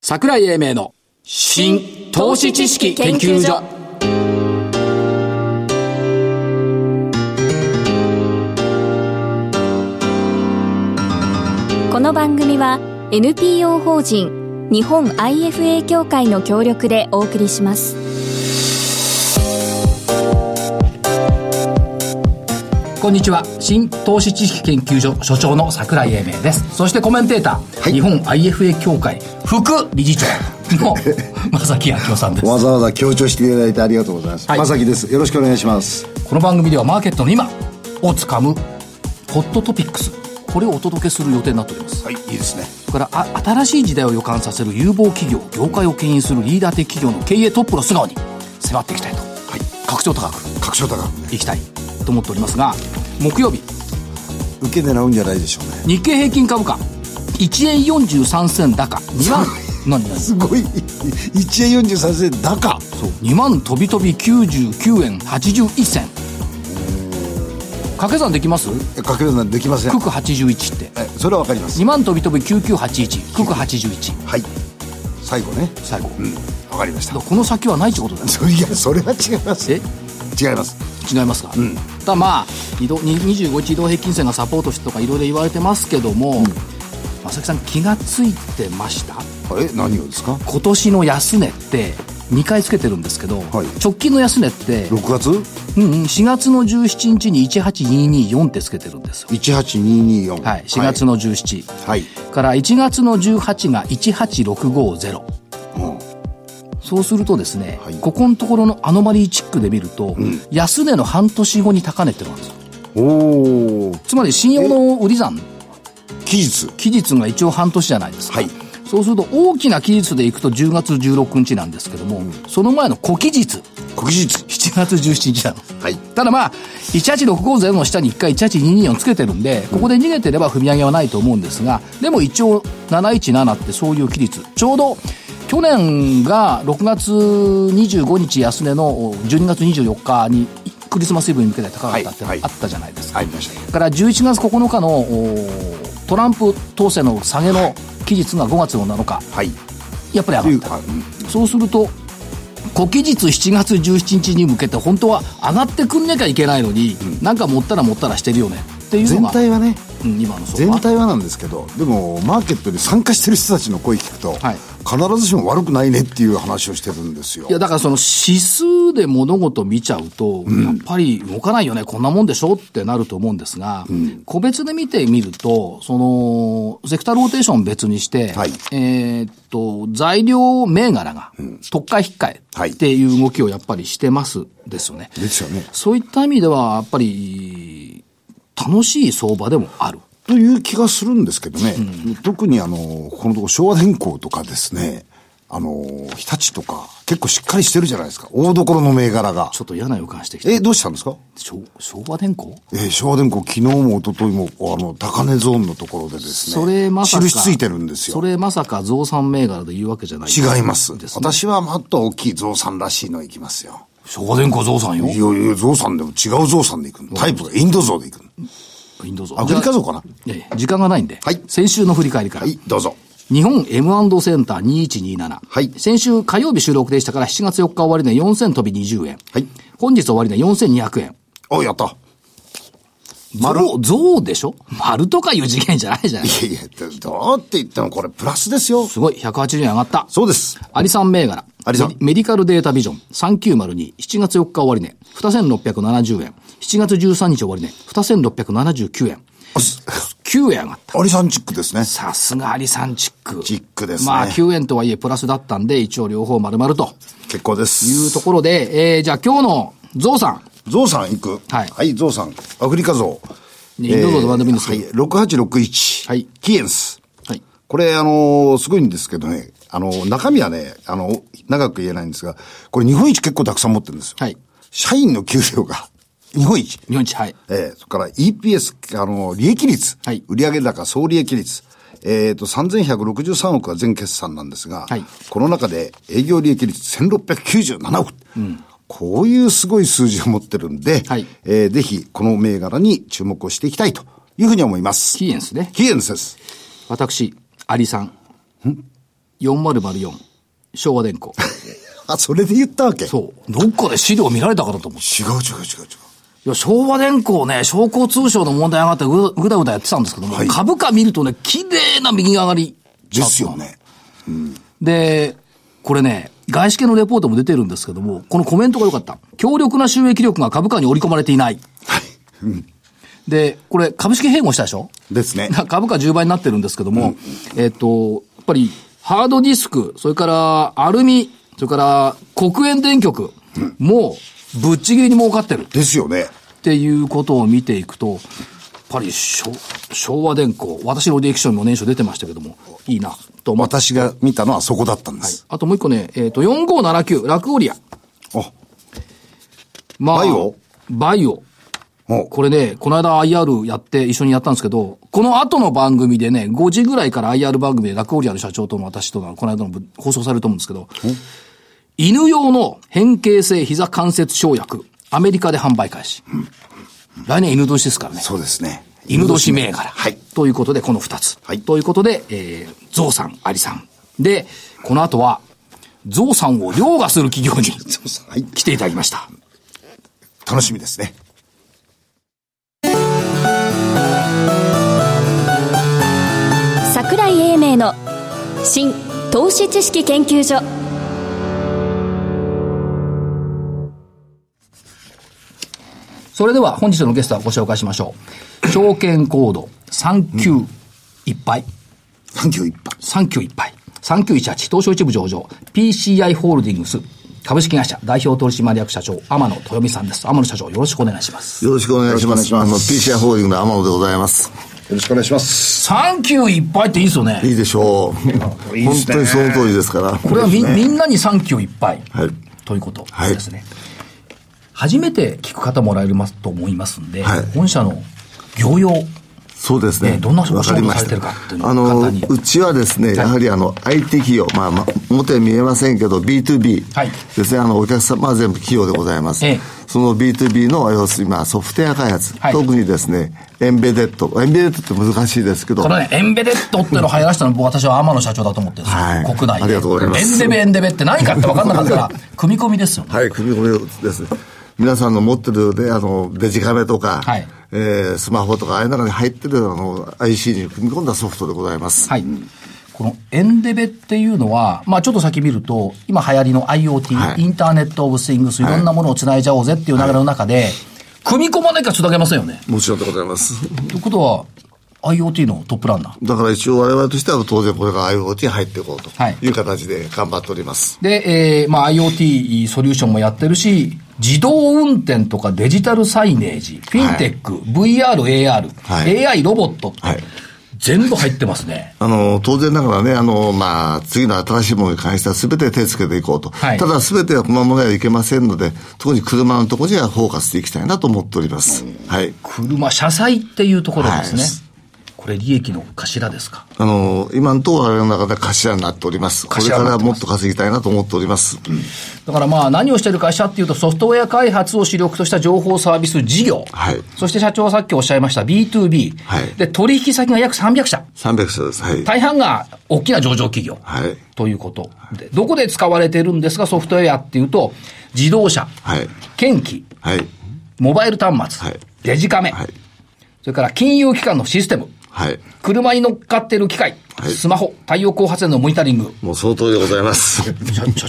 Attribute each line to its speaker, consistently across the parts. Speaker 1: 桜井英明の新投資知識研究所
Speaker 2: この番組は NPO 法人日本 IFA 協会の協力でお送りします
Speaker 1: こんにちは新投資知識研究所所長の桜井英明ですそしてコメンテーター、
Speaker 3: はい
Speaker 1: 日本 IFA 協会副理事長 の正木明夫さんです
Speaker 3: わざわざ強調していただいてありがとうございます。
Speaker 1: はい
Speaker 3: まさきです。よろしくお願いします。
Speaker 1: この番組ではマーケットの今をつかむホットトピックスこれをお届けする予定になっております
Speaker 3: はい、いいですね。
Speaker 1: それからあ新しい時代を予感させる有望企業業界を牽引するリーダー的企業の経営トップの素顔に迫っていきたいと、拡張高く
Speaker 3: 確証高くね。
Speaker 1: いきたいと思っておりますが木曜日
Speaker 3: 受け狙うんじゃないでしょうね。
Speaker 1: 日経平均株価1円43銭高2万何何
Speaker 3: すごい。1円43銭高。
Speaker 1: そう2万飛び飛び99円81銭掛け算できます
Speaker 3: えかけるなんてできません
Speaker 1: 九。九81って
Speaker 3: えそれはわかります。
Speaker 1: 2万飛び飛び9981九九81
Speaker 3: はい。最後ね。
Speaker 1: 最後
Speaker 3: うん。わかりまし
Speaker 1: だから
Speaker 3: た。
Speaker 1: この先はないってことだよ
Speaker 3: そいや、それは違います。
Speaker 1: え
Speaker 3: 違います。
Speaker 1: 違いますか、ただまあ移動に25日移動平均線がサポートしてとかいろいろ言われてますけども、正木さん気がついてました
Speaker 3: え、何をですか
Speaker 1: 今年の安値って2回つけてるんですけど、
Speaker 3: はい
Speaker 1: 直近の安値って、
Speaker 3: ?6 月
Speaker 1: うんうん、4月の17日に18224ってつけてるんですよ、
Speaker 3: ?18224。
Speaker 1: はい、4月。の17、
Speaker 3: はい。
Speaker 1: から1月の18が18650
Speaker 3: うん
Speaker 1: そうするとですね、
Speaker 3: はい
Speaker 1: ここのところのアノマリーチックで見ると、安値の半年後に高値ってのがあるんですよ
Speaker 3: おー。
Speaker 1: つまり信用の売り算
Speaker 3: 期日。
Speaker 1: 期日が一応半年じゃないですか、
Speaker 3: はい
Speaker 1: そうすると大きな期日でいくと10月16日なんですけども、その前の小期日
Speaker 3: 告示日。
Speaker 1: 7月17日なの
Speaker 3: はい。
Speaker 1: ただまあ18650の下に1回18224つけてるんでここで逃げてれば踏み上げはないと思うんですがでも一応717ってそういう期日ちょうど去年が6月25日安値の12月24日にクリスマスイブに向けて高かったって
Speaker 3: はい
Speaker 1: あったじゃないですか
Speaker 3: ありました。
Speaker 1: から11月9日のおートランプ当選の下げの期日が5月の7日、
Speaker 3: はい。
Speaker 1: やっぱり
Speaker 3: とい
Speaker 1: 上
Speaker 3: う
Speaker 1: が
Speaker 3: か、
Speaker 1: っ
Speaker 3: うん
Speaker 1: た、そうすると、古期日7月17日に向けて、本当は上がってくんなきゃいけないのに、なんか持ったら持ったらしてるよねっていうの
Speaker 3: 全
Speaker 1: が、
Speaker 3: 体はね。
Speaker 1: うん今の相
Speaker 3: 全
Speaker 1: 場、
Speaker 3: 体はなんですけどでもマーケットに参加してる人たちの声聞くと、
Speaker 1: はい
Speaker 3: 必ずしも悪くないねっていう話をしてるんですよ
Speaker 1: いやだからその指数で物事見ちゃうと、やっぱり動かないよね、こんなもんでしょってなると思うんですが、個別で見てみると、そのセクターローテーション別にして、
Speaker 3: はい
Speaker 1: えーっと、材料銘柄が、特価引っ換
Speaker 3: は
Speaker 1: え
Speaker 3: い
Speaker 1: っていう動きをやっぱりしてますですよね。
Speaker 3: ですよね
Speaker 1: そういった意味では、やっぱり、楽しい相場でもある。
Speaker 3: という気がするんですけどね、特にあのここのとこ昭和電工とかですねあの日立とか結構しっかりしてるじゃないですか大所の銘柄が
Speaker 1: ちょっと嫌な予感してきて。
Speaker 3: えどうしたんですか
Speaker 1: 昭昭和電工
Speaker 3: えー昭和電工昨日も一昨日もあの高値ゾーンのところでですね
Speaker 1: それまさか。
Speaker 3: 印ついてるんですよ
Speaker 1: それまさか増産銘柄で言うわけじゃない
Speaker 3: 違います
Speaker 1: ですね
Speaker 3: 私はもっと大きい増産らしいのいきますよ
Speaker 1: 昭和電工増産よ。
Speaker 3: いやいや、ゾウさんでも違うゾウさんで行くの。タイプがインドゾウで行くの。
Speaker 1: インド増
Speaker 3: アフリカゾウかな
Speaker 1: ええ時間がないんで。
Speaker 3: はい
Speaker 1: 先週の振り返りから。
Speaker 3: はい、どうぞ。
Speaker 1: 日本 M&A センター2127。
Speaker 3: はい
Speaker 1: 先週火曜日収録でしたから7月4日終わり値4000飛び20円。
Speaker 3: はい。
Speaker 1: 本日終わり値4200円。
Speaker 3: お、やった。い
Speaker 1: 丸増でしょ 丸とかいう事件じゃないじゃない。
Speaker 3: やいや、どうって言ってもこれプラスですよ。
Speaker 1: すごい、180円上がった。
Speaker 3: そうです。
Speaker 1: アリさん銘柄。
Speaker 3: アリさん
Speaker 1: メメディカルデータビジョン3902、7月4日終値、2670円。7月13日終値、2679円。
Speaker 3: あす
Speaker 1: 9円上がった。
Speaker 3: アリさんチックですね。
Speaker 1: さすがアリさんチック。
Speaker 3: チックですね
Speaker 1: まあ9円とはいえプラスだったんで、一応両方丸々と
Speaker 3: 結構で
Speaker 1: いう
Speaker 3: す。
Speaker 1: ところで、えー、じゃあ今日のゾウさん。
Speaker 3: ゾウさん行く。
Speaker 1: はい
Speaker 3: はい、ゾウさん。アフリカゾウ。
Speaker 1: ねインドゾウと
Speaker 3: えー
Speaker 1: バンドミニス
Speaker 3: はい、6861。
Speaker 1: はい
Speaker 3: キエンス。
Speaker 1: はい。
Speaker 3: これ、あのーすごいんですけどね、あのー中身はね、あの長く言えないんですが、これ日本一結構たくさん持ってるんですよ。
Speaker 1: はい
Speaker 3: 社員の給料が 日本一。
Speaker 1: 日本一、はい。
Speaker 3: えーそれから EPS、あの、利益率。
Speaker 1: はい
Speaker 3: 売上高、総利益率。えっ、と、3163億は全決算なんですが、
Speaker 1: はい
Speaker 3: この中で営業利益率1697億。こういうすごい数字を持ってるんで、
Speaker 1: はい
Speaker 3: えーぜひ、この銘柄に注目をしていきたいというふうに思います。
Speaker 1: キーエンスね
Speaker 3: キーエンスです。
Speaker 1: 私、アリさん。 4004、昭和電工。
Speaker 3: あ、それで言ったわけ
Speaker 1: そう。どっかで資料見られたからと思って。
Speaker 3: 違う違う違う違う。
Speaker 1: いや、昭和電工ね、商工通商の問題上がってぐ、ぐだぐだやってたんですけども、
Speaker 3: はい
Speaker 1: 株価見るとね、綺麗な右上がり。
Speaker 3: ですよね。
Speaker 1: で、これね、外資系のレポートも出てるんですけども、このコメントが良かった。強力な収益力が株価に織り込まれていない。で、これ、株式併合したでしょ
Speaker 3: ですね。
Speaker 1: な 株価10倍になってるんですけども、えっと、やっぱり、ハードディスク、それからアルミ、それから黒鉛電極、もう、ぶっちぎりに儲かってる。
Speaker 3: ですよね。
Speaker 1: っていうことを見ていくと、やっぱり昭昭和電工、私の履歴書にも年初出てましたけども、いいなと思って。
Speaker 3: 私が見たのはそこだったんです。
Speaker 1: あともう一個ね、えっ、と、4579、ラクオリア。ま
Speaker 3: バイオ
Speaker 1: バイオ。
Speaker 3: あ、お、
Speaker 1: これね、この間 IR やって一緒にやったんですけど、この後の番組でね、5時ぐらいから IR 番組でラクオリアの社長との私とのこの間のぶ放送されると思うんですけど、犬用の変形性膝関節症薬、アメリカで販売開始。来年犬年ですからね。
Speaker 3: そうですね。
Speaker 1: 犬年銘柄。
Speaker 3: はい。
Speaker 1: ということで、この二つ。
Speaker 3: はい
Speaker 1: ということで、えー、ゾウさん、アリさん。で、この後は、ゾウさんを凌駕する企業 に
Speaker 3: はい。
Speaker 1: 来ていただきました。
Speaker 3: 楽しみですね。
Speaker 2: 桜井英明の新投資知識研究所
Speaker 1: それでは、本日のゲストはご紹介しましょう。証券コード39いっぱい。
Speaker 3: 環境いっぱい。
Speaker 1: 3918、3918東証一部上場、PCI ホールディングス株式会社代表取締役社長、天野豊美さんです。天野社長、よろしくお願いします。
Speaker 4: よろしくお願いします。
Speaker 3: よろしくお願いしま
Speaker 4: あの
Speaker 3: す
Speaker 4: PCI ホールディングの天野でございます。
Speaker 3: よろしくお願いします。
Speaker 1: 39いっぱいっていいですよね。
Speaker 4: いいでしょう。
Speaker 3: いいで
Speaker 4: 本
Speaker 3: すね
Speaker 4: 当にその通りですから。
Speaker 1: これはみ,、みんなに3キロいっぱい、
Speaker 4: はい
Speaker 1: ということですね、初めて聞く方もおられますと思いますんで、
Speaker 4: はい
Speaker 1: 本社の業用
Speaker 4: そうです
Speaker 1: ええ
Speaker 4: ね。
Speaker 1: どんなお仕事
Speaker 4: わかりま
Speaker 1: され
Speaker 4: して
Speaker 1: るかっていうのを
Speaker 4: あ
Speaker 1: 簡
Speaker 4: の、
Speaker 1: 単に
Speaker 4: うちはですね、やはりあの、IT 企業、まあ、まあ、表見えませんけど、B2B
Speaker 1: はい
Speaker 4: ですね、あの、お客様は全部企業でございます。
Speaker 1: ええ
Speaker 4: その B2B の、要するに、まあ、ソフトウェア開発、
Speaker 1: はい
Speaker 4: 特にですね、エンベデッド。エンベデッドって難しいですけど、
Speaker 1: このねエンベデッドっていうのを流行らせたの僕私は天野社長だと思ってるんですよ、
Speaker 4: はい
Speaker 1: 国内で
Speaker 4: ありがとうございます
Speaker 1: エンデベエンデベって何かって分かんなかったら組み込みですよね、
Speaker 4: はい、組み込みですね。皆さんの持ってるね、あの、デジカメとか、
Speaker 1: はい
Speaker 4: えースマホとか、ああいう中に入ってるあの、IC に組み込んだソフトでございます。
Speaker 1: はい。このエンデベっていうのは、まあちょっと先見ると、今流行りの IoT、
Speaker 4: はい
Speaker 1: インターネット・オブ・スイングス、いろんなものを繋いじゃおうぜっていう流れの中で、組み込まなきゃ繋げませんよね。
Speaker 4: もちろんでございます。
Speaker 1: ということは、IoT のトップランナー。
Speaker 4: だから一応我々としては当然これから IoT に入っていこうと
Speaker 1: はい
Speaker 4: いう形で頑張っております。
Speaker 1: で、えーまあ、IoT ソリューションもやってるし、自動運転とかデジタルサイネージ、フィンテック、VR、AR、
Speaker 4: はい
Speaker 1: AI ロボットって、
Speaker 4: はい
Speaker 1: 全部入ってますね。
Speaker 4: あの、当然ながらね、あの、まあ、次の新しいものに関しては全て手をつけていこうと。
Speaker 1: はい
Speaker 4: ただ全てはこのままではいけませんので、特に車のところにはフォーカスしていきたいなと思っております。はい。
Speaker 1: 車、車載っていうところですね。
Speaker 4: はい
Speaker 1: これ利益の頭ですか。
Speaker 4: あの、今のところ我々の中で頭になっております。これ
Speaker 1: 頭
Speaker 4: か
Speaker 1: になっ
Speaker 4: ら
Speaker 1: てます
Speaker 4: もっと稼ぎたいなと思っております。
Speaker 1: だからまあ何をしてる会社っていうとソフトウェア開発を主力とした情報サービス事業。
Speaker 4: はい
Speaker 1: そして社長はさっきおっしゃいました B2B。
Speaker 4: はい
Speaker 1: で、取引先が約300社。
Speaker 4: 300社です。はい。
Speaker 1: 大半が大きな上場企業。
Speaker 4: はい。
Speaker 1: ということで、どこで使われてるんですか、ソフトウェアっていうと、自動車、
Speaker 4: はい。
Speaker 1: 検機、
Speaker 4: はい。
Speaker 1: モバイル端末、
Speaker 4: はい
Speaker 1: デジカメ、
Speaker 4: はい。
Speaker 1: それから金融機関のシステム、
Speaker 4: はい。
Speaker 1: 車に乗っかってる機械、
Speaker 4: はい
Speaker 1: スマホ、太陽光発電のモニタリング。
Speaker 4: もう相当でござ います。
Speaker 1: 社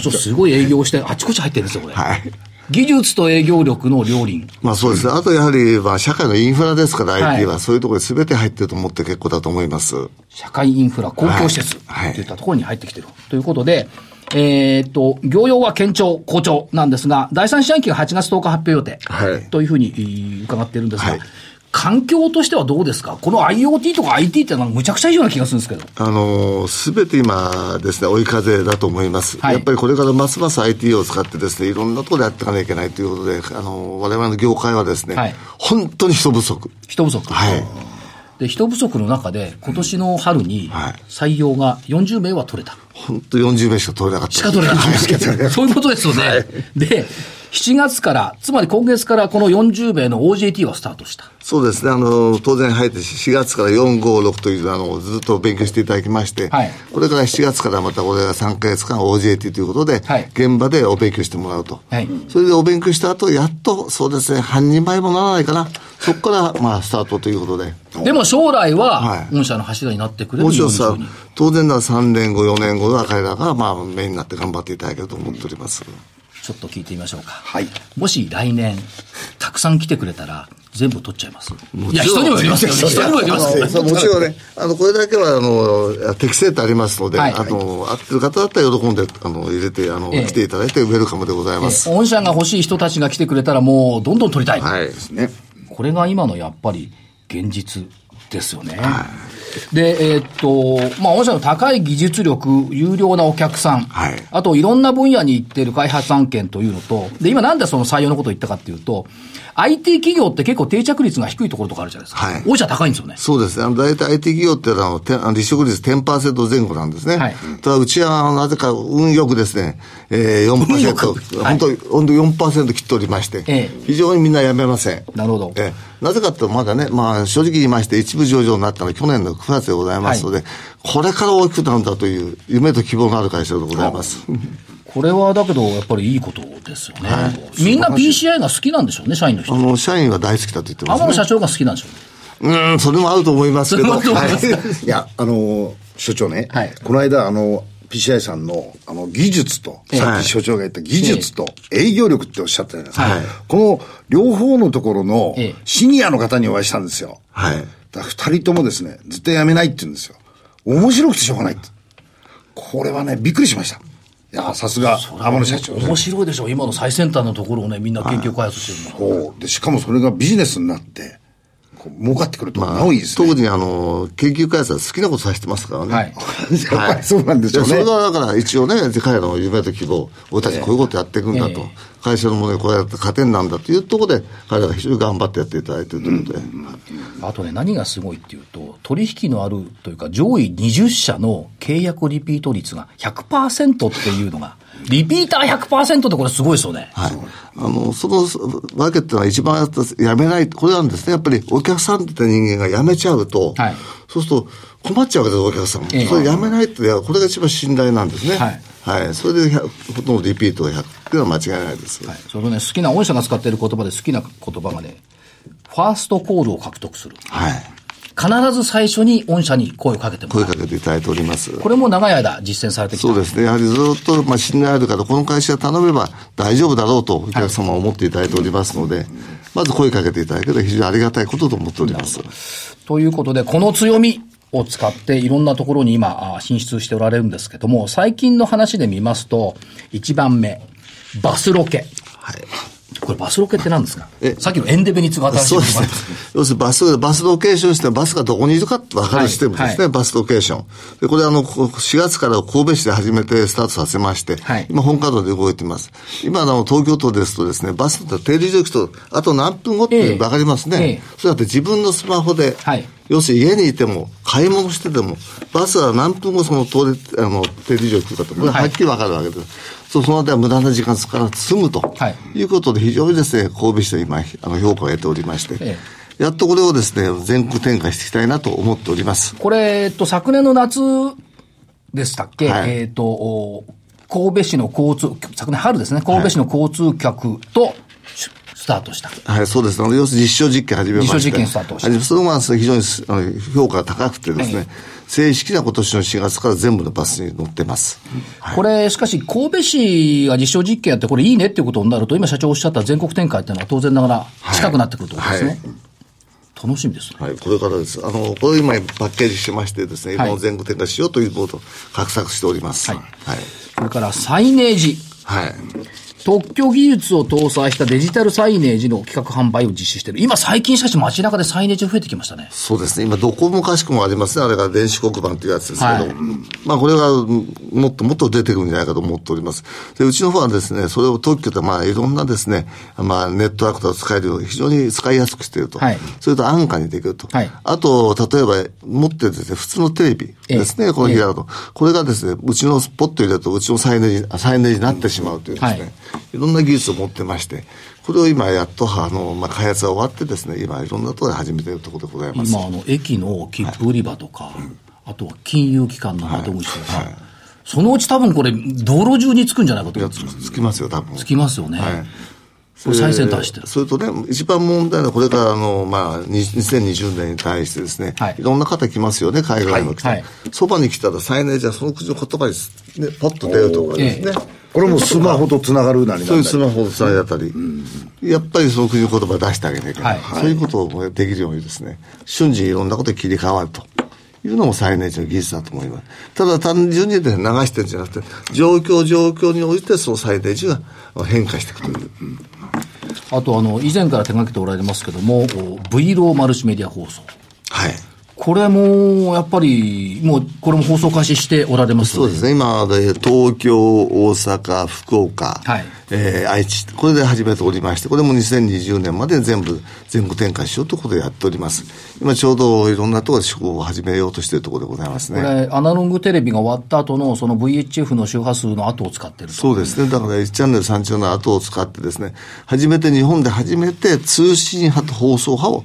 Speaker 1: 社長、すごい営業して、あちこち入ってるんですよ、これ。
Speaker 4: はい。
Speaker 1: 技術と営業力の両輪。
Speaker 4: まあそうですね。あとやはり、まあ社会のインフラですから、
Speaker 1: はい
Speaker 4: IT はそういうところに全て入ってると思って結構だと思います。
Speaker 1: 社会インフラ、公共施設、
Speaker 4: はいはい
Speaker 1: といったところに入ってきてる。ということで、えーっと、業用は堅調、好調なんですが、第三四半期が8月10日発表予定、
Speaker 4: はい
Speaker 1: というふうにえー伺ってるんですが、
Speaker 4: はい
Speaker 1: 環境としてはどうですかこの IoT とか IT ってなんかむちゃくちゃいいような気がするんですけど。
Speaker 4: あの、すべて今ですね、追い風だと思います。
Speaker 1: はい
Speaker 4: やっぱりこれからますます IT を使ってですね、いろんなところでやっていかなきゃいけないということで、あの、我々の業界はですね、
Speaker 1: はい
Speaker 4: 本当に人不足。
Speaker 1: 人不足。
Speaker 4: はい。
Speaker 1: で、人不足の中で、今年の春に
Speaker 4: はい
Speaker 1: 採用が40名は取れた。
Speaker 4: 本当40名しか取れなかった。
Speaker 1: しか取れなかったんですけど、そういうことですよね。で、 7月から、つまり今月からこの40名の OJT はスタートした。
Speaker 4: そうですね、あの、当然入って4月から4、5、6という、あの、ずっと勉強していただきまして、
Speaker 1: はい
Speaker 4: これから7月からまた俺が3ヶ月間 OJT ということで、
Speaker 1: はい
Speaker 4: 現場でお勉強してもらうと。
Speaker 1: はい
Speaker 4: それでお勉強した後、やっと、そうですね、半人前もならないかな。そこから、まあ、スタートということで。
Speaker 1: でも将来
Speaker 4: は
Speaker 1: は、
Speaker 4: い
Speaker 1: 御社の柱になってくれる
Speaker 4: もちろん
Speaker 1: 日本
Speaker 4: さ
Speaker 1: 人に、
Speaker 4: 当然なら3年後、4年後は彼らが、まあ、メインになって頑張っていただけると思っております。
Speaker 1: ちょっと聞いてみましょうか。
Speaker 3: はい
Speaker 1: もし来年、たくさん来てくれたら、全部取っちゃいます。いや、
Speaker 4: ちろ
Speaker 1: 人
Speaker 4: ん
Speaker 1: にもよりますよね。人にもよりますよね
Speaker 4: あのそうもちろんね、あの、これだけは、あの、適正ってありますので、
Speaker 1: はい
Speaker 4: あの、合ってる方だったら喜んで、あの、入れて、あの、
Speaker 1: ええ
Speaker 4: 来ていただいてウェルカムでございます。
Speaker 1: 御社が欲しい人たちが来てくれたら、もう、どんどん取りたい。
Speaker 4: はい。
Speaker 3: ね。
Speaker 1: これが今のやっぱり現実ですよね。で、えーっと、まあ、御社の高い技術力、有料なお客さん、
Speaker 4: はい
Speaker 1: あといろんな分野に行ってる開発案件というのと、で、今なんでその採用のことを言ったかっていうと、IT 企業って結構定着率が低いところとかあるじゃないですか。
Speaker 4: はい
Speaker 1: 御社高いんですよね。
Speaker 4: そうですね。あの、大体 IT 企業ってのはあのてあの、離職率10%前後なんですね。
Speaker 1: はい
Speaker 4: ただ、うちは、あのなぜか、運よくですね、えー、
Speaker 1: 運よ
Speaker 4: 4%、
Speaker 1: くはい
Speaker 4: 本当に、本当に4%切っておりまして、
Speaker 1: ええ
Speaker 4: 非常にみんな辞めません。
Speaker 1: なるほど
Speaker 4: ええなぜかっていうと、まだね、まあ、正直言いまして、一部上場になったのは去年の9月でございますので、これから大きくなるんだという、夢と希望のある会社でございます。
Speaker 1: これはだけど、やっぱりいいことですよね。みんな PCI が好きなんでしょうね、社員の人
Speaker 4: あ。の、社員は大好きだと言ってます、ね。
Speaker 1: 天野社長が好きなんでしょうね。
Speaker 4: うーん、それも合うと思いますけど。
Speaker 1: それも合うと思います
Speaker 4: は い
Speaker 3: いや、あの、所長ね、
Speaker 1: はい
Speaker 3: この間、あの、PCI さんの、あの、技術と、
Speaker 1: ええ
Speaker 3: さっき所長が言った技術と営業力っておっしゃったじゃないですか。
Speaker 1: はい
Speaker 3: この両方のところの
Speaker 1: ええ
Speaker 3: シニアの方にお会いしたんですよ。
Speaker 4: はい。
Speaker 3: だから二人ともですね、絶対やめないって言うんですよ。面白くてしょうがないって。これはね、びっくりしました。いや、さすが、天野社長。
Speaker 1: 面白いでしょう、今の最先端のところをね、みんな研究開発してるの。
Speaker 3: こうで、しかもそれがビジネスになって、こう儲かってくると、なおいいですね。
Speaker 4: 特にあの、研究開発は好きなことさせてますからね。
Speaker 1: はい
Speaker 3: やっぱりそうなんでしょうね
Speaker 4: いやそれがだから一応ね、彼らの夢と希望、俺たちこういうことやっていくんだと、
Speaker 1: ええ
Speaker 4: 会社のものにこうやって糧になるんだというところで、彼らが非常に頑張ってやっていただいているということで。
Speaker 1: あとね、何がすごいっていうと、取引のあるというか、上位20社の契約リピート率が100%っていうのが、リピーター100%ってこれすごいですよね。
Speaker 4: はい。あの、そのわけってのは一番やめない、これなんですね。やっぱりお客さんって人間がやめちゃうと、
Speaker 1: はい
Speaker 4: そうすると困っちゃうわけです、お客さんも。
Speaker 1: ええ
Speaker 4: それやめないって、これが一番信頼なんですね。
Speaker 1: はい。
Speaker 4: はい。それで100、ほとんどリピートが100っていうのは間違いないです。
Speaker 1: はい。それとね、好きな、御社が使っている言葉で好きな言葉がね、ファーストコールを獲得する。
Speaker 4: はい。
Speaker 1: 必ず最初に御社に声をかけても
Speaker 4: 声
Speaker 1: らう
Speaker 4: か。けていただいております。
Speaker 1: これも長い間実践されてきた
Speaker 4: そうですね。やはりずっと、まあ、信頼ある方、この会社頼めば大丈夫だろうと、お客様は思っていただいておりますので、まず声かけていただけるのは非常にありがたいことと思っております。
Speaker 1: ということで、この強みを使っていろんなところに今、あ進出しておられるんですけども、最近の話で見ますと、1番目、バスロケ。
Speaker 4: はい。
Speaker 1: これバスロケって何ですか
Speaker 4: え
Speaker 1: さっきのエンデベに次ぐ新しい
Speaker 4: そうです
Speaker 1: も
Speaker 4: ね
Speaker 1: のが。
Speaker 4: 要するにバス、バスロケーションして、バスがどこにいるかって分か
Speaker 1: はい
Speaker 4: るシステムです
Speaker 1: は
Speaker 4: ね、
Speaker 1: い
Speaker 4: バスロケーション。で、これあの、こ4月から神戸市で始めてスタートさせまして、
Speaker 1: はい
Speaker 4: 今本稼働で動いてます。今あの、東京都ですとですね、バスの停留所行くと、あと何分後っていうの分かりますね。
Speaker 1: ええええ
Speaker 4: そうやって自分のスマホで、
Speaker 1: はい
Speaker 4: 要するに家にいても、買い物してても、バスは何分後その通り、あの、停留所行くかと、これはっきり分かるわけです。そうそのあたりは無駄な時間から済むと、、
Speaker 1: はい
Speaker 4: うことで非常にですね、神戸市で今、あの、評価を得ておりまして、
Speaker 1: え
Speaker 4: やっとこれをですね、全国展開していきたいなと思っております。
Speaker 1: これ、えっと、昨年の夏でしたっけ、
Speaker 4: はい
Speaker 1: えっと、お神戸市の交通、昨年春ですね、神戸市の交通客としスタートした。
Speaker 4: はい、そうです。あの、要するに実証実験始めまして。
Speaker 1: 実証実験スタートして
Speaker 4: はいそれが非常にあの評価が高くてですね、
Speaker 1: はい
Speaker 4: 正式な今年の4月から全部のバスに乗ってます。
Speaker 1: これ、しかし、神戸市が実証実験やって、これいいねっていうことになると、今社長おっしゃった全国展開っていうのは当然ながら近くなってくるということですね。
Speaker 4: はい
Speaker 1: 楽しみですね。
Speaker 4: はい、これからです。あの、これを今パッケージしてましてですね、
Speaker 1: はい
Speaker 4: 今を全国展開しようということを画策しております。
Speaker 1: はい
Speaker 4: はい。
Speaker 1: それから、サイネージ。
Speaker 4: はい。
Speaker 1: 特許技術を搭載したデジタルサイネージの企画販売を実施している。今、最近しかし街中でサイネージ増えてきましたね。
Speaker 4: そうですね。今、どこもかしこもありますね。あれが電子黒板というやつですけど。
Speaker 1: はい
Speaker 4: まあ、これが、うんもっともっと出てくるんじゃないかと思っております。で、うちの方はですね、それを特許と、まあ、いろんなですね、まあ、ネットワークとか使えるように非常に使いやすくしていると。
Speaker 1: はい
Speaker 4: それと安価にできると。
Speaker 1: はい
Speaker 4: あと、例えば、持ってるですね、普通のテレビですね、
Speaker 1: ええ
Speaker 4: この日だと。これがですね、うちのスポット入れると、うちのサイネージ、サイネージになってしまうというですね。
Speaker 1: はい
Speaker 4: いろんな技術を持ってまして、これを今、やっと、あの、まあ、開発が終わってですね、今、いろんなところで始めているところでございます。
Speaker 1: 今あの駅の切符売り場とか、あとは金融機関の窓口とか、そのうち多分これ道路中につくんじゃないかと
Speaker 4: い
Speaker 1: 思
Speaker 4: や
Speaker 1: うんです
Speaker 4: つ
Speaker 1: よ
Speaker 4: つきますよ、多分。
Speaker 1: つきますよね、
Speaker 4: はい
Speaker 1: これ最先端してる
Speaker 4: それとね、一番問題なのは、これからあの、まあ、に2020年に対してですね、
Speaker 1: はい
Speaker 4: い、ろんな方来ますよね、海外の来て、
Speaker 1: はいはい
Speaker 4: そばに来たら再燃じゃその口の言葉に、ね、パッと出るとかですね。
Speaker 3: これもスマホとつながるなり
Speaker 4: そ
Speaker 3: ない
Speaker 4: ううん
Speaker 3: だ
Speaker 4: ス
Speaker 3: り
Speaker 4: マホをつないだったり、やっぱりその国の言葉を出してあげなきゃいけない、
Speaker 1: はい
Speaker 4: そういうことをできるようにですね、瞬時にいろんなことに切り替わると。いうのも最年長の技術だと思います。ただ単純に、ね、流してるんじゃなくて、状況状況に応じてその最年長が変化していくという。
Speaker 1: あとあの以前から手掛けておられますけどもお V ローマルチメディア放送
Speaker 4: はい。
Speaker 1: これもやっぱりもうこれも放送開始しておられます
Speaker 4: そうですね。今、で東京、大阪、福岡、
Speaker 1: はい
Speaker 4: えー愛知、これで始めておりまして、これも2020年まで全部、全国展開しようということでやっております。今、ちょうどいろんなところで試行を始めようとしているところでございます
Speaker 1: こ
Speaker 4: ね。
Speaker 1: れアナログテレビが終わった後のその VHF の周波数の後を使ってると
Speaker 4: そうですね。だから、1チャンネル、3チャンネル後を使ってですね、初めて、日本で初めて通信派と放送派を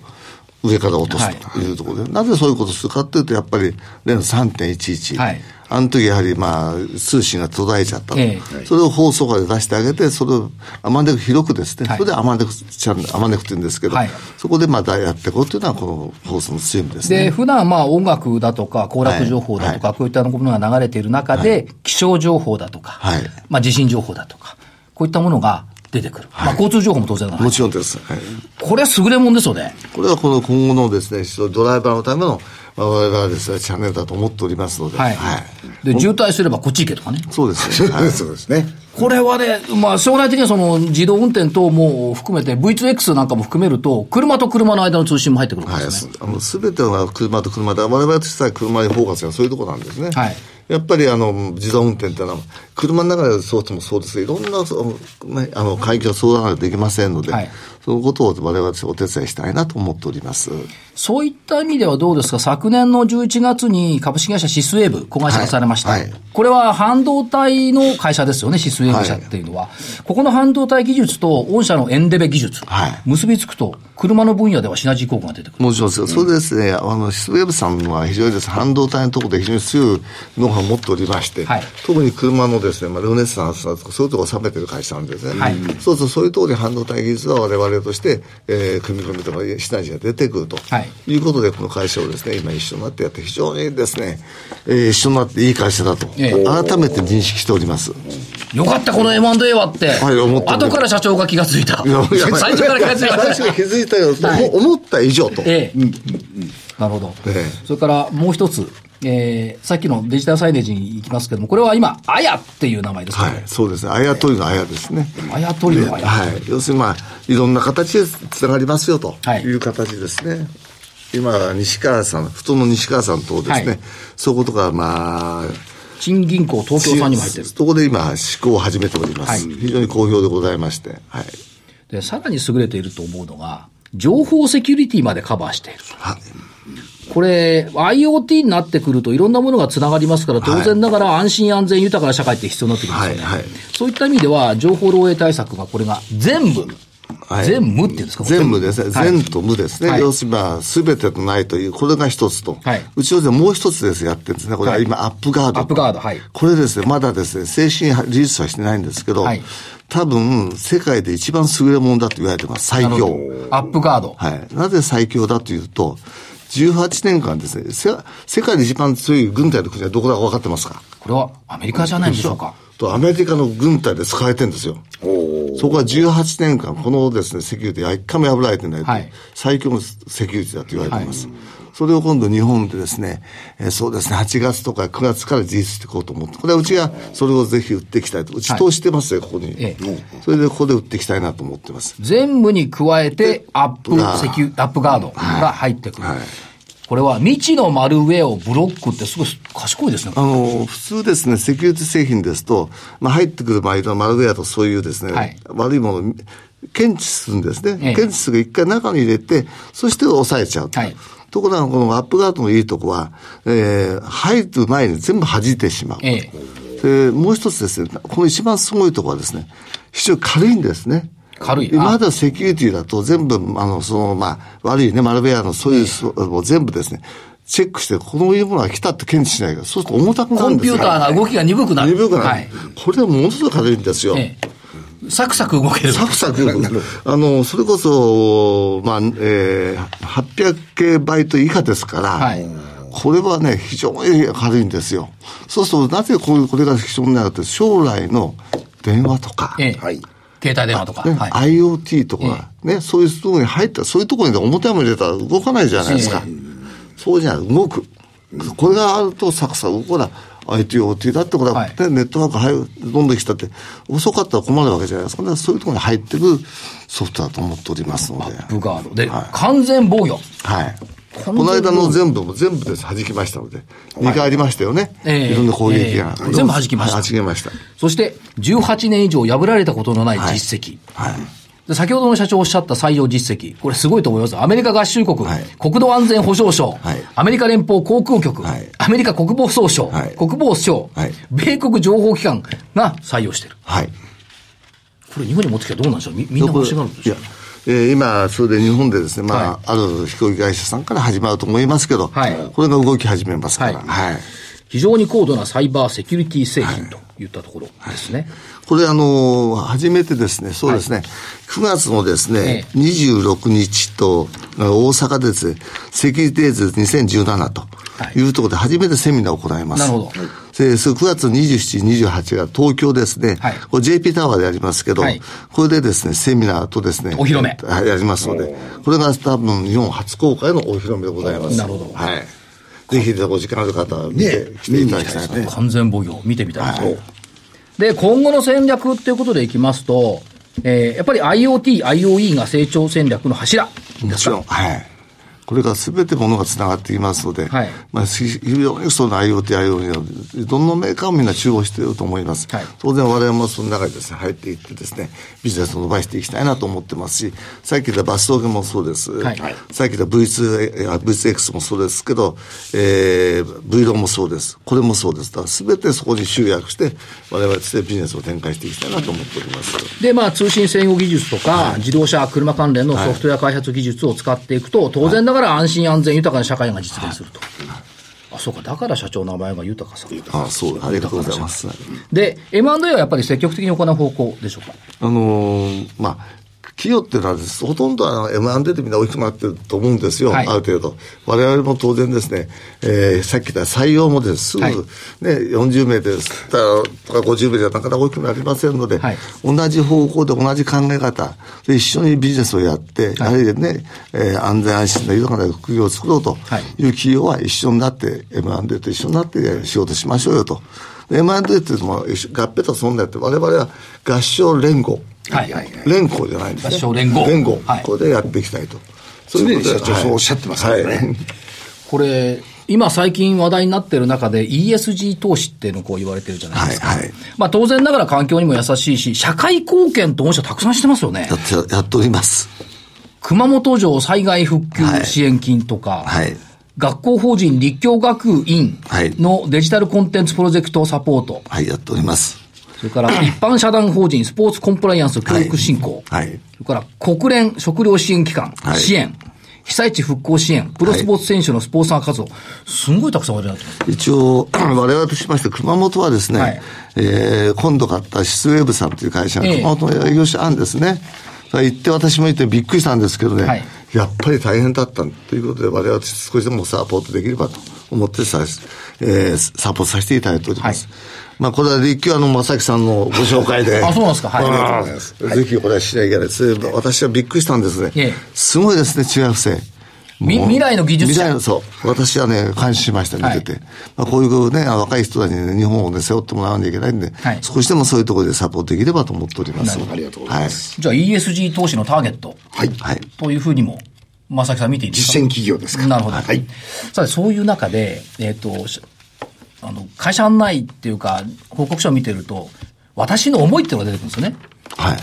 Speaker 4: 上から落とすというところで、なぜそういうことをするかというと、やっぱり、例の3.11。
Speaker 1: はい
Speaker 4: あの時やはりまあ通信が途絶えちゃったと、
Speaker 1: え
Speaker 4: それを放送から出してあげて、それをあまねく広くですね、
Speaker 1: はい
Speaker 4: それであまねくチャンネル、あまねくって言うんですけど、
Speaker 1: はい
Speaker 4: そこでまたやっていこうというのは、この放送のチームですね。
Speaker 1: で、普段まあ音楽だとか、行楽情報だとか、
Speaker 4: は
Speaker 1: こういったものが流れている中で、気象情報だとか、
Speaker 4: はい
Speaker 1: まあ地震情報だとか、こういったものが出てくる。まあ交通情報も当然だな
Speaker 4: もちろんです。はい
Speaker 1: これは優れもんですよね。
Speaker 4: これはこの今後のですね、一応ドライバーのための、まあ我々はですね、チャンネルだと思っておりますので、
Speaker 1: はい。で、渋滞すればこっち行けとかね。
Speaker 4: そうですね。はい
Speaker 3: そうですね
Speaker 1: これはね、まあ将来的にはその自動運転等も含めて、V2X なんかも含めると、車と車の間の通信も入ってくるわ
Speaker 4: は
Speaker 1: け
Speaker 4: い
Speaker 1: ですね。、
Speaker 4: あの全ては車と車で、我々としては車にフォーカスがそういうところなんですね。
Speaker 1: はい
Speaker 4: やっぱりあの自動運転ってのは、車の中でそうともそうですが、いろんなその、ね、あの環境を相談ができませんので、
Speaker 1: はい
Speaker 4: そのことを我々としてお手伝いしたいなと思っております。
Speaker 1: そういった意味ではどうですか、昨年の11月に株式会社シスウェーブ、子会社化されました、
Speaker 4: はいはい
Speaker 1: これは半導体の会社ですよね、シスウェーブ社っていうのは、ここの半導体技術と御社のエンデベ技術、
Speaker 4: はい
Speaker 1: 結びつくと、車の分野ではシナジー効果が出てくる。
Speaker 4: もちろんですよ。それでですね、あの、シスウェブさんは非常にですね半導体のところで非常に強いノウハウを持っておりまして、
Speaker 1: はい
Speaker 4: 特に車のですね、まあ、ルネッサンスだとか、そういうところを収めてる会社なんですね。
Speaker 1: はい
Speaker 4: そうすると、そういうところで半導体技術は我々として、えー組み込みとか、シナジーが出てくると、
Speaker 1: はい
Speaker 4: い、うことで、この会社をですね、今一緒になってやって、非常にですね、えー一緒になっていい会社だと、
Speaker 1: ええ
Speaker 4: 改めて認識しております。
Speaker 1: よかった、この M&A はって、
Speaker 4: はい思ってます
Speaker 1: 後から社長が気がついた、
Speaker 4: いやいや
Speaker 1: 最初から気がついた。
Speaker 4: 最初から 気づいたよ、
Speaker 1: はい
Speaker 4: 思った以上と。
Speaker 1: ええなるほど、
Speaker 4: ええ
Speaker 1: それからもう一つ、えーさっきのデジタルサイネージに行きますけども、これは今、あやっていう名前ですか
Speaker 4: はい、そうですね。あやとりのあやですね。
Speaker 1: あやとりのあや
Speaker 4: はい。要するにまあ、いろんな形でつながりますよと
Speaker 1: はい
Speaker 4: いう形ですね。今、西川さん、布団の西川さんとですね、
Speaker 1: はい
Speaker 4: そういうことがまあ、
Speaker 1: 新銀行東京さんにも入ってる。
Speaker 4: そこで今、施行を始めております。
Speaker 1: はい
Speaker 4: 非常に好評でございまして。はい。
Speaker 1: で、さらに優れていると思うのが、情報セキュリティまでカバーしていると。
Speaker 4: はい
Speaker 1: これ、IoT になってくるといろんなものがつながりますから、当然ながら安心安全豊かな社会って必要になってきますよね。
Speaker 4: はいはい
Speaker 1: そういった意味では、情報漏洩対策がこれが全部、
Speaker 4: はい
Speaker 1: 全部っていうんですか
Speaker 4: 全部ですね、
Speaker 1: はい
Speaker 4: 全と無ですね、
Speaker 1: はい
Speaker 4: 要するにまあ、すべてとないという、これが一つと、
Speaker 1: はいう
Speaker 4: ちのでもう一つです、やってるんですね、これは
Speaker 1: はい
Speaker 4: 今、アップガード、
Speaker 1: アップガードはい
Speaker 4: これですね、まだですね、精神技術はしてないんですけど、
Speaker 1: はい
Speaker 4: 多分、世界で一番優れものだと言われてます、最
Speaker 1: なるほ
Speaker 4: 強。
Speaker 1: どアップガード。
Speaker 4: はい。なぜ最強だというと、18年間ですね、せ世界で一番強い軍隊の国はどこだか分かってますか
Speaker 1: これはアメリカじゃないんでしょうか。
Speaker 4: とアメリカの軍隊で使えてるんですよ。そこは18年間、このですね、セキュリティは一回も破られてないと、
Speaker 1: はい
Speaker 4: 最強のセキュリティだと言われています。それを今度日本でですね、えーそうですね、8月とか9月から実施していこうと思って、これはうちがそれをぜひ売っていきたいと。うち通してますよ、ここに、
Speaker 1: ええ
Speaker 4: うんそれでここで売っていきたいなと思ってます。
Speaker 1: 全部に加えて、アップ
Speaker 4: ガード
Speaker 1: セキュ、アップガードが入ってくる。
Speaker 4: はい
Speaker 1: これは未知のマルウェアをブロックってすごい賢いですね。
Speaker 4: あの、普通ですね、セキュリティ製品ですと、まあ、入ってくる場合のマルウェアとそういうですね、
Speaker 1: はい
Speaker 4: 悪いものを検知するんですね。
Speaker 1: ええ
Speaker 4: 検知する一回中に入れて、そして抑えちゃうと。
Speaker 1: はい
Speaker 4: ところが、このアップガードのいいとこは、えー、入る前に全部弾いてしまう。
Speaker 1: ええ
Speaker 4: でもう一つですね、この一番すごいところはですね、非常に軽いんですね。
Speaker 1: 軽い
Speaker 4: 今までのセキュリティだと全部、あの、その、まあ、悪いね、マルウェアのそういう、も全部ですね、チェックして、こういうものが来たって検知しないから、そうすると重たくな
Speaker 1: コ
Speaker 4: る
Speaker 1: ン
Speaker 4: んで
Speaker 1: ピ
Speaker 4: すよ
Speaker 1: ューターが動きが鈍くなる。
Speaker 4: 鈍くなる。
Speaker 1: はい。
Speaker 4: これはものすごく軽いんですよ。
Speaker 1: ええサクサク動ける。
Speaker 4: サクサク動く。あの、それこそ、まあ、えー、800系バイト以下ですから、
Speaker 1: はい
Speaker 4: これはね、非常に軽いんですよ。そうすると、なぜこういうこれが貴重になるって、将来の電話とか、
Speaker 1: ええ
Speaker 3: はい
Speaker 1: 携帯電話とか。
Speaker 4: ね
Speaker 1: はい
Speaker 4: IoT とか、ね、そういうところに入った、そういうところに表山入れたら動かないじゃないですか。そうじゃない、動く。これがあるとサクサク、ほら、ITOT だってこれは、
Speaker 1: はい
Speaker 4: ねネットワーク入るどんどん来たって、遅かったら困るわけじゃないですか、ね。そういうところに入ってくるソフトだと思っておりますので。
Speaker 1: ブガード。で、
Speaker 4: はい
Speaker 1: 完全防御。
Speaker 4: はい。この間の全部も全部です、弾きましたので。2回ありましたよね。
Speaker 1: ええ
Speaker 4: いろんな攻撃が。
Speaker 1: ええ全部弾きました
Speaker 4: はい弾きました。
Speaker 1: そして、18年以上破られたことのない実績。
Speaker 4: はい。
Speaker 1: で先ほどの社長おっしゃった採用実績、これすごいと思います。アメリカ合衆国、
Speaker 4: はい
Speaker 1: 国土安全保障省、
Speaker 4: はい
Speaker 1: アメリカ連邦航空局、
Speaker 4: はい
Speaker 1: アメリカ国防総省、
Speaker 4: はい
Speaker 1: 国防省、
Speaker 4: はい
Speaker 1: 米国情報機関が採用してる。
Speaker 4: はい。
Speaker 1: これ日本に持ってきたらどうなんでしょうみみんな欲しがるんで
Speaker 4: い
Speaker 1: しょ
Speaker 4: や
Speaker 1: う、
Speaker 4: えー今、それで日本でですね、ま
Speaker 1: は
Speaker 4: あ、ある飛行機会社さんから始まると思いますけど、
Speaker 1: はい
Speaker 4: これが動き始めますから、
Speaker 1: はい
Speaker 4: はい
Speaker 1: 非常に高度なサイバーセキュリティ製品といったところですね。
Speaker 4: これ、あのー初めてですね、そうですね、9月のですね、
Speaker 1: え
Speaker 4: 26日と、あ大阪でですね、セキュリティーズ2017と
Speaker 1: はい
Speaker 4: いうところで初めてセミナーを行います。
Speaker 1: なるほど
Speaker 4: で、それ9月27、28が東京ですね、
Speaker 1: はい
Speaker 4: これ JP タワーでやりますけど、
Speaker 1: はい
Speaker 4: これでですね、セミナーとですね、
Speaker 1: お披露目
Speaker 4: はい、やりますので、これが多分日本初公開のお披露目でございます。
Speaker 1: なるほど
Speaker 4: はい。ぜひ、お時間ある方は見て、来ていただきたいなと。
Speaker 1: 完全防御を見てみたいなと、
Speaker 4: はい
Speaker 1: で、今後の戦略っていうことでいきますと、えーやっぱり IoT、IOE が成長戦略の柱
Speaker 4: も
Speaker 1: です
Speaker 4: ち
Speaker 1: か
Speaker 4: ろん。はい。これから全てものがつながっていますので、
Speaker 1: はい
Speaker 4: まあ、非常にその IoT、IoT、どのメーカーもみんな中央していると思います。
Speaker 1: はい
Speaker 4: 当然我々もその中にですね、入っていってですね、ビジネスを伸ばしていきたいなと思ってますし、さっき言ったバストーもそうです。
Speaker 1: はい
Speaker 4: さっき言った V2、あ V2X もそうですけど、えー、V ロもそうです。これもそうです。だから全てそこに集約して、我々としてビジネスを展開していきたいなと思っております。
Speaker 1: で、まあ、通信制御技術とか、自動車、車関連のソフトウェア開発技術を使っていくと、当然ながら安心安全豊かな社会が実現すると。あ、そうか、だから社長の名前が豊かさん。
Speaker 4: あそう、ありがとうございます。
Speaker 1: で、M&A はやっぱり積極的に行う方向でしょうか。
Speaker 4: あのーまあ、企業っていうのはですほとんどあの M&A でみんな大きくなってると思うんですよ、
Speaker 1: はい
Speaker 4: ある程度。我々も当然ですね、えーさっき言った採用もです、すぐ、
Speaker 1: はい
Speaker 4: ね、40名ですだとか50名じゃなかなか大きくなりませんので、
Speaker 1: はい
Speaker 4: 同じ方向で同じ考え方で、一緒にビジネスをやって、やはりね、えー安全安心な豊かな副業を作ろうと
Speaker 1: はい
Speaker 4: いう企業は一緒になって、M&A と一緒になって仕事しましょうよと。で M&A っていうのも合併とそんなやって、我々は合唱連合。
Speaker 1: はいはいはい
Speaker 4: 連合じゃないんですね。
Speaker 1: 合唱連合
Speaker 4: 連合。
Speaker 1: はい
Speaker 4: これでやっていきたいと。そういう
Speaker 3: 常に
Speaker 4: こ
Speaker 3: 社
Speaker 4: とで
Speaker 3: 長そうおっしゃってますからね。
Speaker 1: これ、今最近話題になってる中で ESG 投資っていうのをこう言われてるじゃない
Speaker 4: は
Speaker 1: で
Speaker 4: い、
Speaker 1: すか。
Speaker 4: はい。
Speaker 1: まあ当然ながら環境にも優しいし、社会貢献と御社たくさんしてますよね。
Speaker 4: やって、やっております。
Speaker 1: 熊本城災害復旧支援金とか、
Speaker 4: はい。
Speaker 1: 学校法人立教学院のデジタルコンテンツプロジェクトサポート、
Speaker 4: はい、やっております。
Speaker 1: それから 一般社団法人スポーツコンプライアンス教育振興、
Speaker 4: はい。
Speaker 1: それから国連食料支援機関、
Speaker 4: はい
Speaker 1: 支援、被災地復興支援、プロスポーツ選手のスポーツ参加活動、すんごいたくさん話題になってます。
Speaker 4: 一応、 我々としまして、熊本はですね、
Speaker 1: はい
Speaker 4: えー今度買ったシスウェーブさんという会社が
Speaker 1: ええ
Speaker 4: 熊本の営業所あるんですね。だから行って私も行ってびっくりしたんですけどね、
Speaker 1: はい
Speaker 4: やっぱり大変だったということで、我々は少しでもサポートできればと思ってさ、えーサポートさせていただいております。
Speaker 1: は
Speaker 4: まあ、これは立教の正木さんのご紹介 で。
Speaker 1: あそうなんですかはい
Speaker 4: ま
Speaker 1: ありがとうござい
Speaker 4: ます。ぜひこれはしなきゃいけないです。私はびっくりしたんですね。
Speaker 1: ええ
Speaker 4: すごいですね、中学生。
Speaker 1: み
Speaker 4: もう
Speaker 1: 未来の技術者
Speaker 4: 未来のそう。私はね、感心しました、見てて。まあ、こういうね、あの若い人たちにね、日本をね、背負ってもらわなきゃいけないんで、
Speaker 1: はい
Speaker 4: 少しでもそういうところでサポートできればと思っております。
Speaker 3: ありがとうございます。
Speaker 1: じゃあ ESG 投資のターゲット
Speaker 4: はい。はい。
Speaker 1: というふうにも、正木さん見ていいですか
Speaker 3: 実践企業ですから。
Speaker 1: なるほど。
Speaker 3: はい。
Speaker 1: さて、そういう中で、えっ、と、しあの、会社案内っていうか、報告書を見てると、私の思いっていうのが出てくるんですよね。
Speaker 4: はい。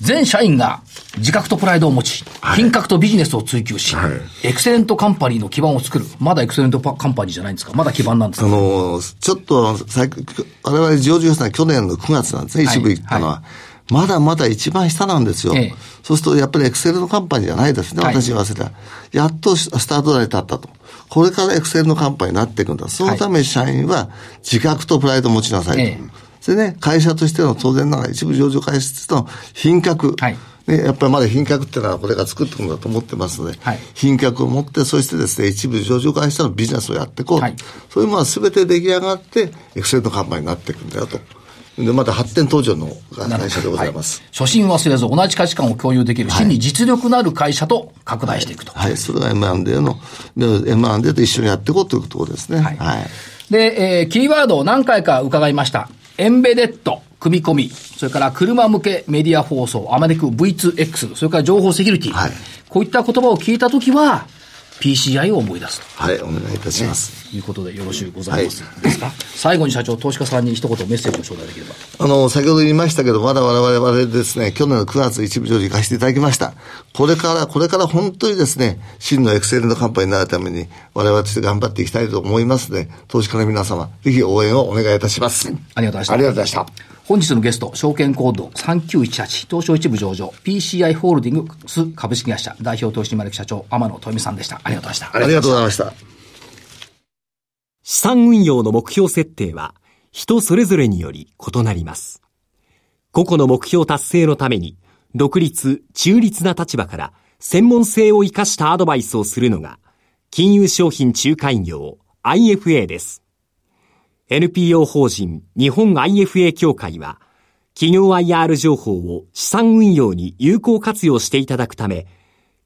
Speaker 1: 全社員が自覚とプライドを持ち、品格とビジネスを追求し、エクセレントカンパニーの基盤を作る。まだエクセレントパカンパニーじゃないんですかまだ基盤なんです
Speaker 4: あ
Speaker 1: か
Speaker 4: のーちょっと、最近我々上場したのは去年の9月なんですね、
Speaker 1: はい
Speaker 4: 一部行ったのは。まだまだ一番下なんですよ。
Speaker 1: ええ
Speaker 4: そうすると、やっぱりエクセルのカンパニーじゃないですね、
Speaker 1: はい
Speaker 4: 私言わせたら。やっとスタート台に立ったと。これからエクセルのカンパニーになっていくんだ。そのため社員は自覚とプライドを持ちなさいと。
Speaker 1: ええ
Speaker 4: でね、会社としての当然ながら一部上場会社としての品格。
Speaker 1: はい
Speaker 4: ね、やっぱりまだ品格っていうのはこれから作っていくんだと思ってますので、
Speaker 1: はい
Speaker 4: 品格を持って、そしてですね、一部上場会社のビジネスをやっていこうと。
Speaker 1: はい
Speaker 4: そういうものは全て出来上がって、エクセルのカンパニーになっていくんだよと。で、また発展途上の会社でございます。
Speaker 1: 初心忘れず同じ価値観を共有できる、真に実力のある会社と拡大していくと。
Speaker 4: はい、それが M&A の、で M&A と一緒にやっていこうということですね。はい。
Speaker 1: で、えーキーワードを何回か伺いました。エンベデッド、組み込み、それから車向けメディア放送、アマネク V2X、それから情報セキュリティ。
Speaker 4: はい
Speaker 1: こういった言葉を聞いたときは、PCI を思い出すと。
Speaker 4: はい、お願いいたします。
Speaker 1: いうことでよろしゅうございます。ですか最後に社長、投資家さんに一言メッセージを頂戴できれば。
Speaker 4: あの、先ほど言いましたけど、まだ我々はですね、去年の9月一部上場行かせていただきました。これから、これから本当にですね、真のエクセルのカンパニーになるために、我々として頑張っていきたいと思いますので、投資家の皆様、ぜひ応援をお願いいたします。
Speaker 1: ありがとうございました。
Speaker 4: ありがとうございました。
Speaker 1: 本日のゲスト、証券コード3918、東証一部上場、PCI ホールディングス株式会社、代表投資マネ社長、天野豊美さんでした。ありがとうございました。
Speaker 4: ありがとうございました。
Speaker 5: 資産運用の目標設定は人それぞれにより異なります。個々の目標達成のために独立、中立な立場から専門性を生かしたアドバイスをするのが金融商品仲介業 IFA です。NPO 法人日本 IFA 協会は企業 IR 情報を資産運用に有効活用していただくため、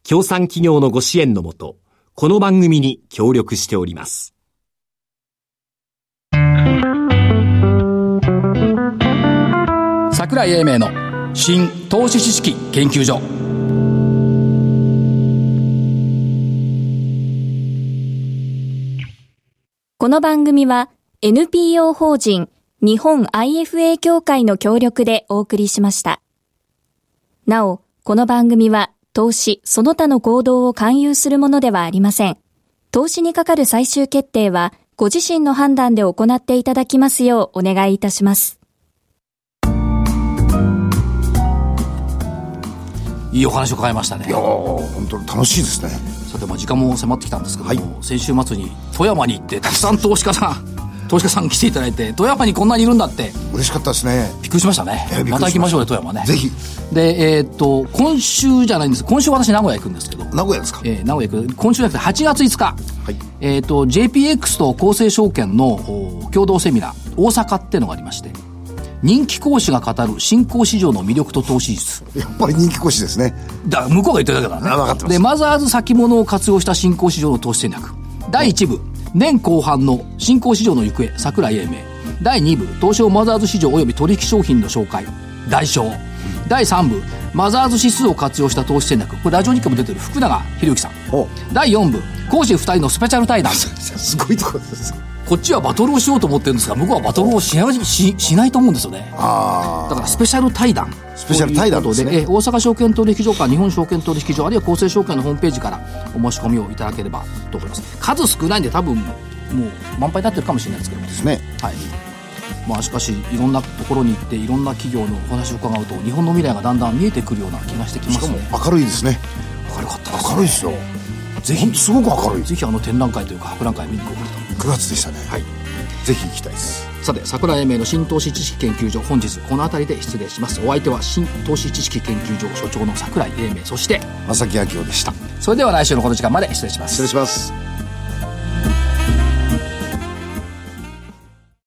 Speaker 5: 協賛企業のご支援のもと、この番組に協力しております。
Speaker 1: 桜井英明の新投資知識研究所
Speaker 2: この番組は NPO 法人日本 IFA 協会の協力でお送りしました。なお、この番組は投資その他の行動を勧誘するものではありません。投資にかかる最終決定はご自身の判断で行っていただきますようお願いいたします。
Speaker 1: いいお話を伺いましたね
Speaker 3: いやー本当に楽しいですね
Speaker 1: さてまあ時間も迫ってきたんですけども、先週末に富山に行ってたくさん投資家さん 投資家さん来ていただいて富山にこんなにいるんだって
Speaker 3: 嬉しかったですね
Speaker 1: びっくりしましたね
Speaker 3: ええびっくりし
Speaker 1: ま
Speaker 3: ま
Speaker 1: た行きま
Speaker 3: した
Speaker 1: しょうね富山ね
Speaker 3: ぜひ
Speaker 1: でえーっと今週じゃないんです今週私名古屋行くんですけど
Speaker 3: 名古屋ですか
Speaker 1: えー名古屋行く今週じゃなくて8月5日、
Speaker 3: はい
Speaker 1: えっ、と JPX と厚生証券のお共同セミナー大阪ってのがありまして人気講師が語る新興市場の魅力と投資術
Speaker 3: やっぱり人気講師ですね
Speaker 1: だから向こうが言ってるだけだからね
Speaker 3: あ分かってます
Speaker 1: でマザーズ先物を活用した新興市場の投資戦略第1部年後半の新興市場の行方桜井英明第2部東証マザーズ市場及び取引商品の紹介代償第3部マザーズ指数を活用した投資戦略これラジオ日記も出てる福永博之さん
Speaker 3: お
Speaker 1: 第4部講師2人のスペシャル対談
Speaker 3: すごいところです
Speaker 1: こっちはバトルをしようと思ってるんですが向こうはバトルをしないししないと思うんですよね
Speaker 3: あ
Speaker 1: だからスペシャル対談
Speaker 3: スペシャル対談で
Speaker 1: とい
Speaker 3: すね
Speaker 1: うことでえ大阪証券取引所か日本証券取引所あるいは厚生証券のホームページからお申し込みをいただければと思います数少ないんで多分もう満杯になってるかもしれないですけども
Speaker 3: あですね
Speaker 1: はいまあ、しかしいろんなところに行っていろんな企業のお話を伺うと日本の未来がだんだん見えてくるような気がしてきま
Speaker 3: しか
Speaker 1: す
Speaker 3: も
Speaker 1: ね
Speaker 3: 明るいですね
Speaker 1: 明るかった
Speaker 3: 明るいですよ
Speaker 1: ぜ
Speaker 3: ほんと
Speaker 1: ひ
Speaker 3: すごく明るい
Speaker 1: ぜひあの展覧会というか博覧会見に来ると
Speaker 3: 9月でしたねはいぜひ行きたいです
Speaker 1: さて桜井英明の新投資知識研究所本日この辺りで失礼しますお相手は新投資知識研究所所長の桜井英明そして
Speaker 3: 正木明夫でした
Speaker 1: それでは来週のこの時間まで失礼します
Speaker 3: 失礼します